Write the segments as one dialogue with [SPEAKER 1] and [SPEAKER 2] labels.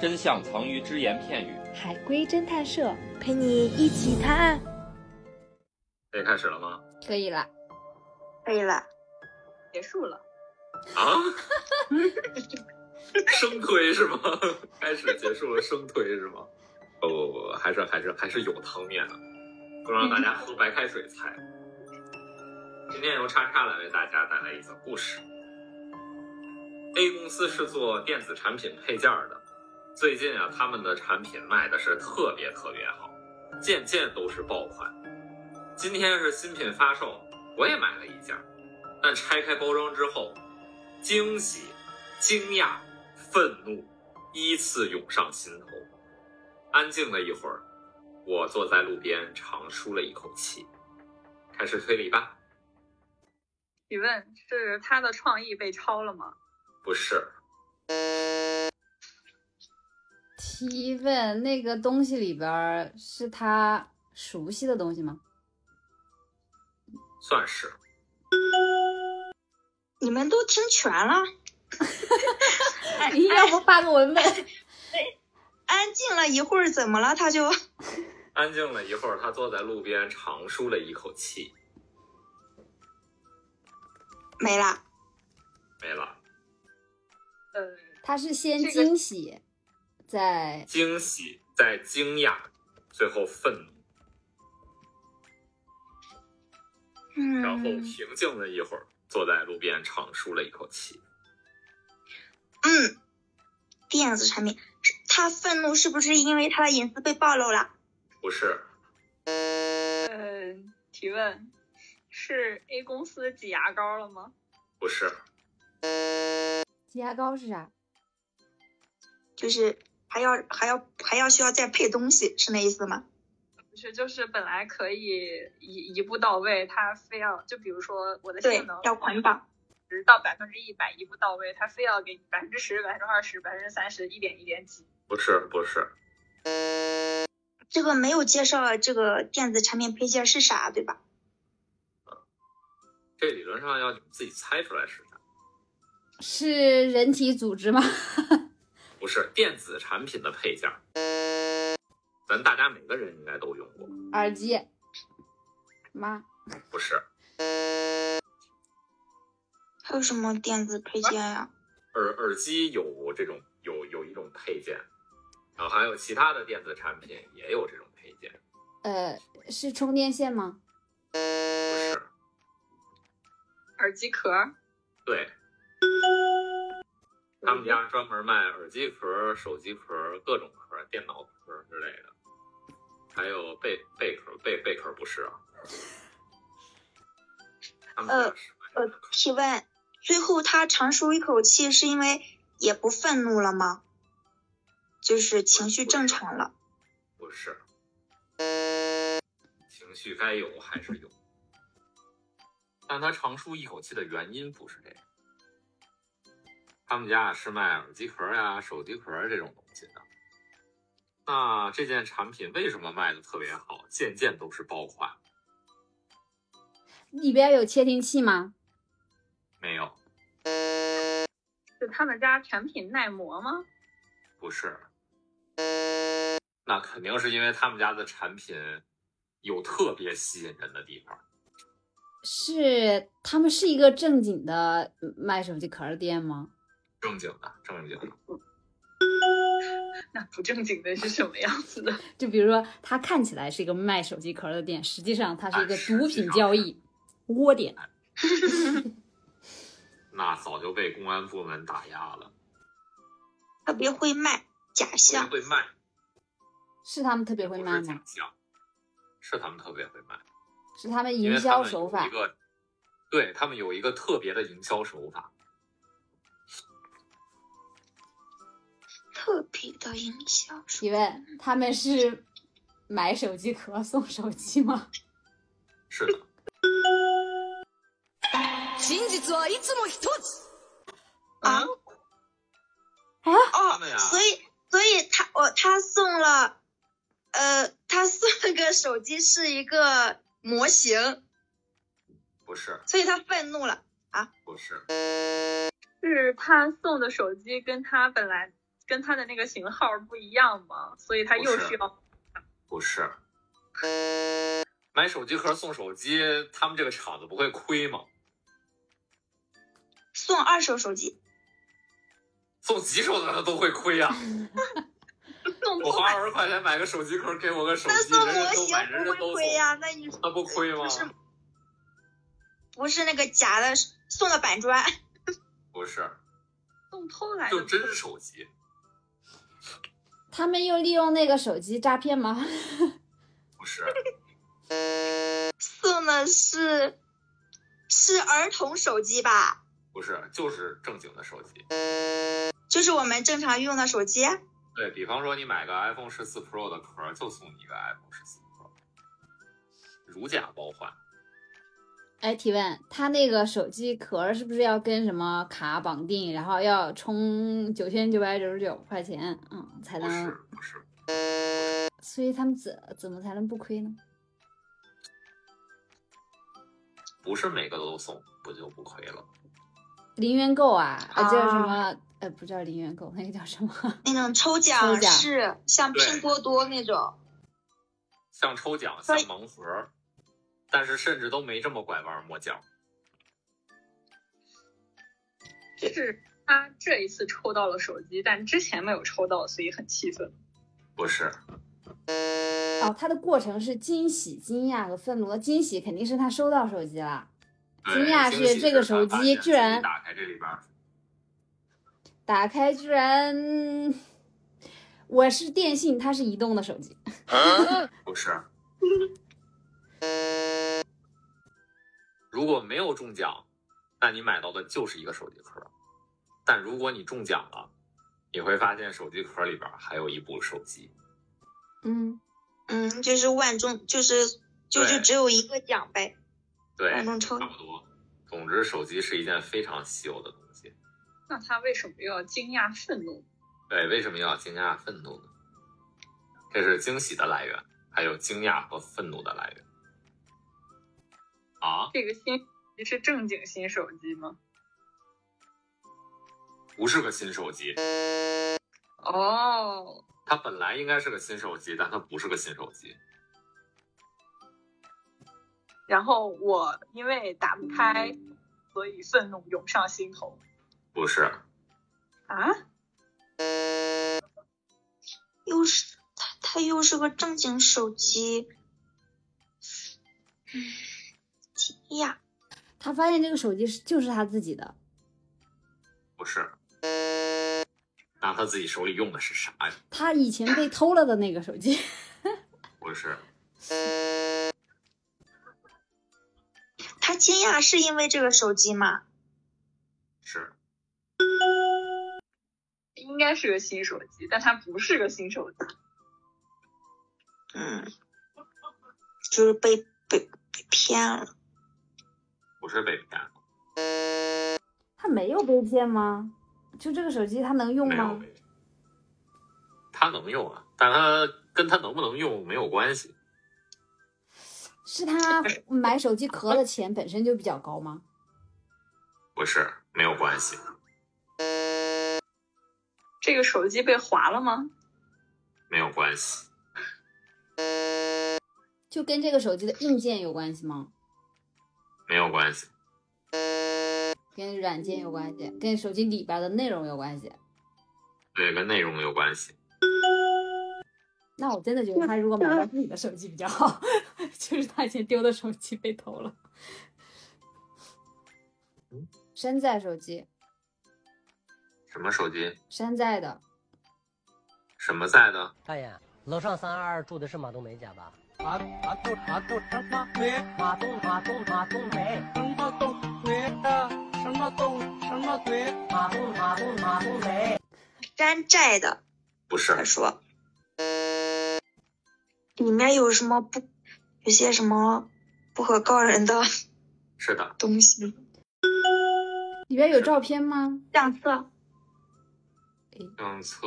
[SPEAKER 1] 真相藏于只言片语。
[SPEAKER 2] 海龟侦探社陪你一起探案。
[SPEAKER 3] 可以哎开始了吗？
[SPEAKER 4] 可以了，
[SPEAKER 5] 可以了，
[SPEAKER 6] 结束了。
[SPEAKER 3] 啊？ 生推是吗？ 开始结束了生推是吗？不不不，还是还是还是有汤面的，不能让大家喝白开水猜。今天由叉叉来为大家带来一则故事。A 公司是做电子产品配件儿的，最近啊，他们的产品卖的是特别特别好，件件都是爆款。今天是新品发售，我也买了一件儿，但拆开包装之后，惊喜、惊讶、愤怒依次涌上心头。安静了一会儿，我坐在路边长舒了一口气，开始推理吧。
[SPEAKER 6] 提问是他的创意被抄了吗？
[SPEAKER 3] 不是，
[SPEAKER 4] 提问那个东西里边儿是他熟悉的东西吗？
[SPEAKER 3] 算是
[SPEAKER 5] 你们都听全了，
[SPEAKER 4] 哎你要不发个文本？
[SPEAKER 5] 安静了一会儿，怎么了？他就
[SPEAKER 3] 安静了一会儿，他坐在路边长舒了一口气，
[SPEAKER 5] 没了。
[SPEAKER 3] 没了。
[SPEAKER 6] 呃，
[SPEAKER 4] 他是先
[SPEAKER 6] 这个
[SPEAKER 4] 惊喜，再
[SPEAKER 3] 惊喜，再惊讶，最后愤怒，
[SPEAKER 5] 嗯，
[SPEAKER 3] 然后平静了一会儿，坐在路边长舒了一口气。
[SPEAKER 5] 嗯，电子产品，是他愤怒是不是因为他的隐私被暴露了？
[SPEAKER 3] 不是，
[SPEAKER 6] 呃，提问是 A 公司挤牙膏了吗？
[SPEAKER 3] 不是，
[SPEAKER 4] 挤牙膏是啥？
[SPEAKER 5] 就是还要还要还要需要再配东西，是那意思吗？
[SPEAKER 6] 不是，就是本来可以一一步到位，他非要就比如说我的性
[SPEAKER 5] 对
[SPEAKER 6] 能，
[SPEAKER 5] 要捆绑。
[SPEAKER 6] 直到百分之一百一步到位，他非要给你百分之十、百分之二十、百分之三十一点一点挤。
[SPEAKER 3] 不是，不是，
[SPEAKER 5] 这个没有介绍这个电子产品配件是啥，对吧？
[SPEAKER 3] 这理论上要你们自己猜出来是啥。
[SPEAKER 4] 是人体组织吗？
[SPEAKER 3] 不是电子产品的配件儿，咱大家每个人应该都用过。
[SPEAKER 4] 耳机？妈，
[SPEAKER 3] 不是
[SPEAKER 5] 还有什么电子配件啊呀、
[SPEAKER 3] 耳耳机有这种有有一种配件，然后还有其他的电子产品也有这种配件。
[SPEAKER 4] 呃，是充电线吗？
[SPEAKER 3] 不是，
[SPEAKER 6] 耳机壳儿，
[SPEAKER 3] 对他们家专门卖耳机壳、手机壳、各种壳、电脑壳之类的，还有贝贝壳，贝贝壳不是啊。他们家是卖
[SPEAKER 5] 呃，提问，最后他长舒一口气是因为也不愤怒了吗？就是情绪正常了。
[SPEAKER 3] 不是，情绪该有还是有，但他长舒一口气的原因不是这个。他们家是卖耳机壳呀、手机壳这种东西的。那这件产品为什么卖的特别好，件件都是爆款？
[SPEAKER 4] 里边有窃听器吗？
[SPEAKER 3] 没有，
[SPEAKER 6] 是他们家产品耐磨吗？
[SPEAKER 3] 不是。那肯定是因为他们家的产品有特别吸引人的地方。
[SPEAKER 4] 是他们是一个正经的卖手机壳儿的店吗？
[SPEAKER 3] 正经的，正经的，
[SPEAKER 6] 那不正经的是什么样子的？
[SPEAKER 4] 就比如说，它看起来是一个卖手机壳儿的店，实际上它是一个
[SPEAKER 3] 啊实际
[SPEAKER 4] 毒品
[SPEAKER 3] 上啊
[SPEAKER 4] 交易窝点。
[SPEAKER 3] 那早就被公安部门打压了。
[SPEAKER 5] 特别会卖假象，
[SPEAKER 3] 会卖，
[SPEAKER 4] 是他们特别
[SPEAKER 3] 不
[SPEAKER 4] 会
[SPEAKER 3] 是
[SPEAKER 4] 卖
[SPEAKER 3] 假
[SPEAKER 4] 吗？
[SPEAKER 3] 象，是他们特别会卖，
[SPEAKER 4] 是他们
[SPEAKER 3] 因
[SPEAKER 4] 营
[SPEAKER 3] 为他
[SPEAKER 4] 销
[SPEAKER 3] 们
[SPEAKER 4] 手
[SPEAKER 3] 有
[SPEAKER 4] 法
[SPEAKER 3] 一个，对他们有一个特别的营销手法，
[SPEAKER 5] 特别的营销手
[SPEAKER 4] 提问：他们是买手机壳送手机吗？
[SPEAKER 3] 是的，
[SPEAKER 5] 啊
[SPEAKER 6] 嗯
[SPEAKER 3] 他
[SPEAKER 6] 啊
[SPEAKER 5] 哦
[SPEAKER 3] 们呀，
[SPEAKER 5] 所以所以他哦他送了，呃，他送了个手机是一个模型，
[SPEAKER 3] 不是，
[SPEAKER 5] 所以他愤怒了。
[SPEAKER 3] 不是，
[SPEAKER 6] 是他送的手机跟他本来跟他的那个型号不一样吗？所以他又
[SPEAKER 3] 不是
[SPEAKER 6] 需要
[SPEAKER 3] 不是，买手机壳送手机，他们这个厂子不会亏吗？
[SPEAKER 5] 送二手手机，
[SPEAKER 3] 送几手的他都会亏呀、
[SPEAKER 6] 送
[SPEAKER 3] 我
[SPEAKER 6] 多
[SPEAKER 3] 花二十块钱买个手机壳，给我个手
[SPEAKER 5] 那
[SPEAKER 3] 机，
[SPEAKER 5] 送
[SPEAKER 3] 人人
[SPEAKER 5] 模
[SPEAKER 3] 都买，
[SPEAKER 5] 型
[SPEAKER 3] 人
[SPEAKER 5] 不
[SPEAKER 3] 人
[SPEAKER 5] 会
[SPEAKER 3] 都
[SPEAKER 5] 亏
[SPEAKER 3] 送，
[SPEAKER 5] 呀、那你
[SPEAKER 3] 那不亏吗
[SPEAKER 5] 不？是不是那个假的，送了板砖，
[SPEAKER 3] 不是，
[SPEAKER 6] 送偷来
[SPEAKER 3] 就
[SPEAKER 6] 的，
[SPEAKER 3] 真手机，
[SPEAKER 4] 他们又利用那个手机诈骗吗？
[SPEAKER 3] 不是，
[SPEAKER 5] 送的是是儿童手机吧？
[SPEAKER 3] 不是，就是正经的手机。
[SPEAKER 5] 就是我们正常用的手机，啊
[SPEAKER 3] 对比方说，你买个 iPhone 十四 Pro 的壳，就送你一个 iPhone 十四 Pro，如假包换。
[SPEAKER 4] 哎，提问，他那个手机壳儿是不是要跟什么卡绑定，然后要充九千九百九十九块钱，嗯，才
[SPEAKER 3] 不是
[SPEAKER 4] 能？，
[SPEAKER 3] 不是，
[SPEAKER 4] 所以他们怎怎么才能不亏呢？
[SPEAKER 3] 不是每个都送，不就不亏了？
[SPEAKER 4] 零元购啊，呃，就是什
[SPEAKER 5] 啊
[SPEAKER 4] 么，呃，不叫零元购， 那个叫什么？
[SPEAKER 5] 那种抽
[SPEAKER 4] 抽
[SPEAKER 5] 奖
[SPEAKER 4] 奖
[SPEAKER 5] 是像
[SPEAKER 3] 对
[SPEAKER 5] 拼多多那种，
[SPEAKER 3] 像抽奖，像
[SPEAKER 5] 所以
[SPEAKER 3] 盲盒，但是甚至都没这么拐弯抹角。
[SPEAKER 6] 是他这一次抽到了手机，但之前没有抽到，所以很气愤。
[SPEAKER 3] 不是，
[SPEAKER 4] 哦，他的过程是惊喜、惊讶和愤怒。的惊喜肯定是他收到手机了，
[SPEAKER 3] 对
[SPEAKER 4] 惊讶
[SPEAKER 3] 惊喜
[SPEAKER 4] 是这个
[SPEAKER 3] 他
[SPEAKER 4] 手
[SPEAKER 3] 发
[SPEAKER 4] 机
[SPEAKER 3] 现
[SPEAKER 4] 居
[SPEAKER 3] 自己
[SPEAKER 4] 然
[SPEAKER 3] 打开这里边儿，
[SPEAKER 4] 打开居然，我是电信，他是移动的手机。
[SPEAKER 3] 不是。如果没有中奖，那你买到的就是一个手机壳；但如果你中奖了，你会发现手机壳里边儿还有一部手机。
[SPEAKER 4] 嗯，
[SPEAKER 5] 嗯，就是万中就是就
[SPEAKER 3] 对
[SPEAKER 5] 就只有一个奖呗，
[SPEAKER 3] 对，
[SPEAKER 5] 万中抽
[SPEAKER 3] 差不多。总之，手机是一件非常稀有的东西。
[SPEAKER 6] 那他为什么又要惊讶愤怒？
[SPEAKER 3] 对，为什么要惊讶、愤怒呢？这是惊喜的来源，还有惊讶和愤怒的来源。啊，
[SPEAKER 6] 这个新你是正经新手机吗？
[SPEAKER 3] 不是个新手机，
[SPEAKER 6] 哦，
[SPEAKER 3] 它本来应该是个新手机，但它不是个新手机。
[SPEAKER 6] 然后我因为打不开，所以愤怒涌上心头
[SPEAKER 3] 不是，
[SPEAKER 6] 啊！
[SPEAKER 5] 又是它它又是个正经手机，嗯，呀，
[SPEAKER 4] 他发现这个手机是就是他自己的，
[SPEAKER 3] 不是。那他自己手里用的是啥呀？
[SPEAKER 4] 他以前被偷了的那个手机。
[SPEAKER 3] 不是，
[SPEAKER 5] 他惊讶是因为这个手机吗？
[SPEAKER 3] 是
[SPEAKER 6] 应该是个新手机，但它不是个新手机。
[SPEAKER 5] 嗯，就是被被被骗了。
[SPEAKER 3] 不是被骗了？
[SPEAKER 4] 他没有被骗吗？就这个手机他能用
[SPEAKER 3] 没有
[SPEAKER 4] 吗
[SPEAKER 3] 被？骗。他能用啊，但他跟他能不能用没有关系。
[SPEAKER 4] 是他买手机壳的钱本身就比较高吗？
[SPEAKER 3] 不是，没有关系。
[SPEAKER 6] 这个手机被划了吗？
[SPEAKER 3] 没有关系，
[SPEAKER 4] 就跟这个手机的硬件有关系吗？
[SPEAKER 3] 没有关系，
[SPEAKER 4] 跟软件有关系，跟手机里边的内容有关系。
[SPEAKER 3] 对，跟内容有关系。
[SPEAKER 4] 那我真的觉得他如果买到自己的手机比较好， 就是他以前丢的手机被偷了。山寨手机，
[SPEAKER 3] 什么手机？
[SPEAKER 4] 山寨的，
[SPEAKER 3] 什么在的？
[SPEAKER 7] 大爷，哎楼上三二二住的是马冬梅家吧？马马冬马冬什么梅？马冬马冬马冬梅？什么冬梅的？什么冬什么梅？马冬马冬马冬梅？
[SPEAKER 5] 山寨的，
[SPEAKER 3] 不是
[SPEAKER 5] 他，说，里面有什么不，有些什么不可告人的
[SPEAKER 3] 是的，
[SPEAKER 5] 东西，
[SPEAKER 4] 里边有照片吗？
[SPEAKER 5] 相册。
[SPEAKER 3] 政策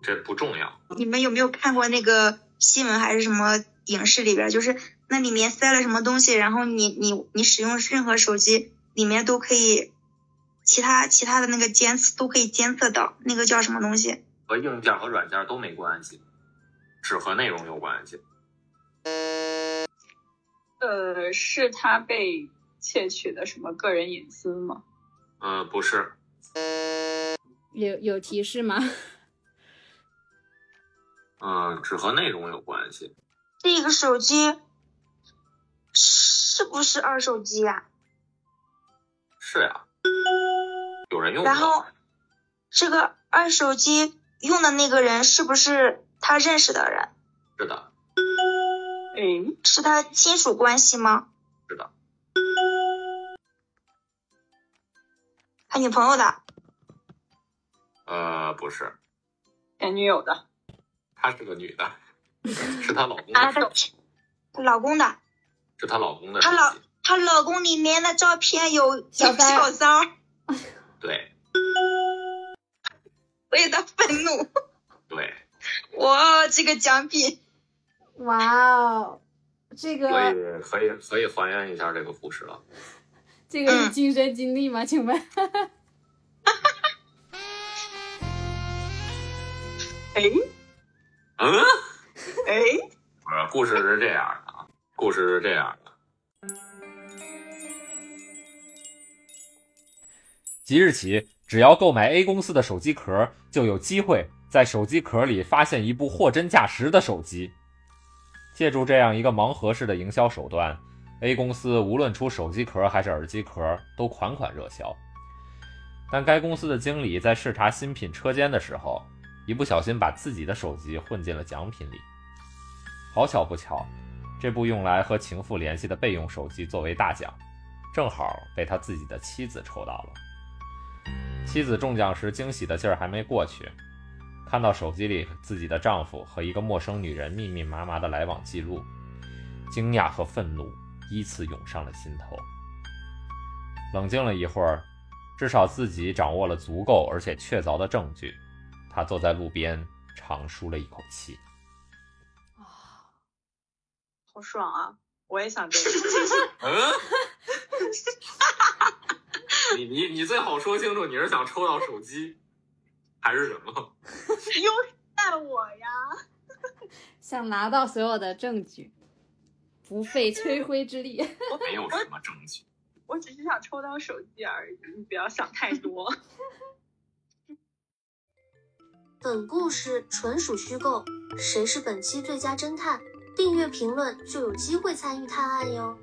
[SPEAKER 3] 这不重要。
[SPEAKER 5] 你们有没有看过那个新闻还是什么影视里边，就是那里面塞了什么东西，然后你你你使用任何手机，里面都可以，其他其他的那个监测都可以监测到，那个叫什么东西？
[SPEAKER 8] 和硬件和软件都没关系，只和内容有关系。
[SPEAKER 6] 呃，是他被窃取的什么个人隐私吗？
[SPEAKER 3] 呃
[SPEAKER 8] 嗯，不是，
[SPEAKER 4] 有有提示吗？
[SPEAKER 3] 呃
[SPEAKER 8] 嗯，只和内容有关系。
[SPEAKER 5] 这个手机是不是二手机呀、
[SPEAKER 8] 是呀、有人用
[SPEAKER 5] 然后
[SPEAKER 8] 过。
[SPEAKER 5] 这个二手机用的那个人是不是他认识的人？
[SPEAKER 8] 是的，
[SPEAKER 6] 哎，
[SPEAKER 5] 是他亲属关系吗？
[SPEAKER 8] 是的。
[SPEAKER 5] 他女朋友的，啊
[SPEAKER 8] 呃，不是，
[SPEAKER 6] 前女友的，
[SPEAKER 8] 她是个女的，是她老公
[SPEAKER 5] 啊
[SPEAKER 8] 的
[SPEAKER 5] 她
[SPEAKER 8] 手机，
[SPEAKER 5] 她老公的，
[SPEAKER 8] 是她老公的手
[SPEAKER 5] 她老
[SPEAKER 8] 机。
[SPEAKER 5] 她老公里面的照片有有
[SPEAKER 4] 小
[SPEAKER 5] 小
[SPEAKER 4] 三儿
[SPEAKER 5] 三儿，
[SPEAKER 8] 对
[SPEAKER 5] 为他愤怒。
[SPEAKER 8] 对，
[SPEAKER 5] 哇，这个奖品
[SPEAKER 4] 哇哦，
[SPEAKER 8] 所
[SPEAKER 4] 这个
[SPEAKER 5] 啊
[SPEAKER 8] 以可以可以还原一下这个故事了。
[SPEAKER 4] 这个是亲身经历吗？ 请问？
[SPEAKER 6] 哎
[SPEAKER 8] 嗯。
[SPEAKER 6] 哎，
[SPEAKER 8] 不是，故事是这样的啊，故事是这样的，
[SPEAKER 3] 即日起，只要购买 A 公司的手机壳，就有机会在手机壳里发现一部货真价实的手机。借助这样一个盲盒式的营销手段，A 公司无论出手机壳还是耳机壳，都款款热销。但该公司的经理在视察新品车间的时候，一不小心把自己的手机混进了奖品里。好巧不巧，这部用来和情妇联系的备用手机作为大奖，正好被他自己的妻子抽到了。妻子中奖时惊喜的劲儿还没过去，看到手机里自己的丈夫和一个陌生女人密密麻麻的来往记录，惊讶和愤怒依次涌上了心头。冷静了一会儿，至少自己掌握了足够而且确凿的证据，她坐在路边长舒了一口气。
[SPEAKER 6] 好爽啊！我也想这个。
[SPEAKER 8] 嗯， 你你你最好说清楚，你是想抽到手机，还是什么？
[SPEAKER 6] 又在我呀！
[SPEAKER 4] 想拿到所有的证据，不费吹灰之力。
[SPEAKER 8] 没有什么证据。
[SPEAKER 6] 我只是想抽到手机而已，你不要想太多。
[SPEAKER 9] 本故事纯属虚构，谁是本期最佳侦探？订阅评论就有机会参与探案哟。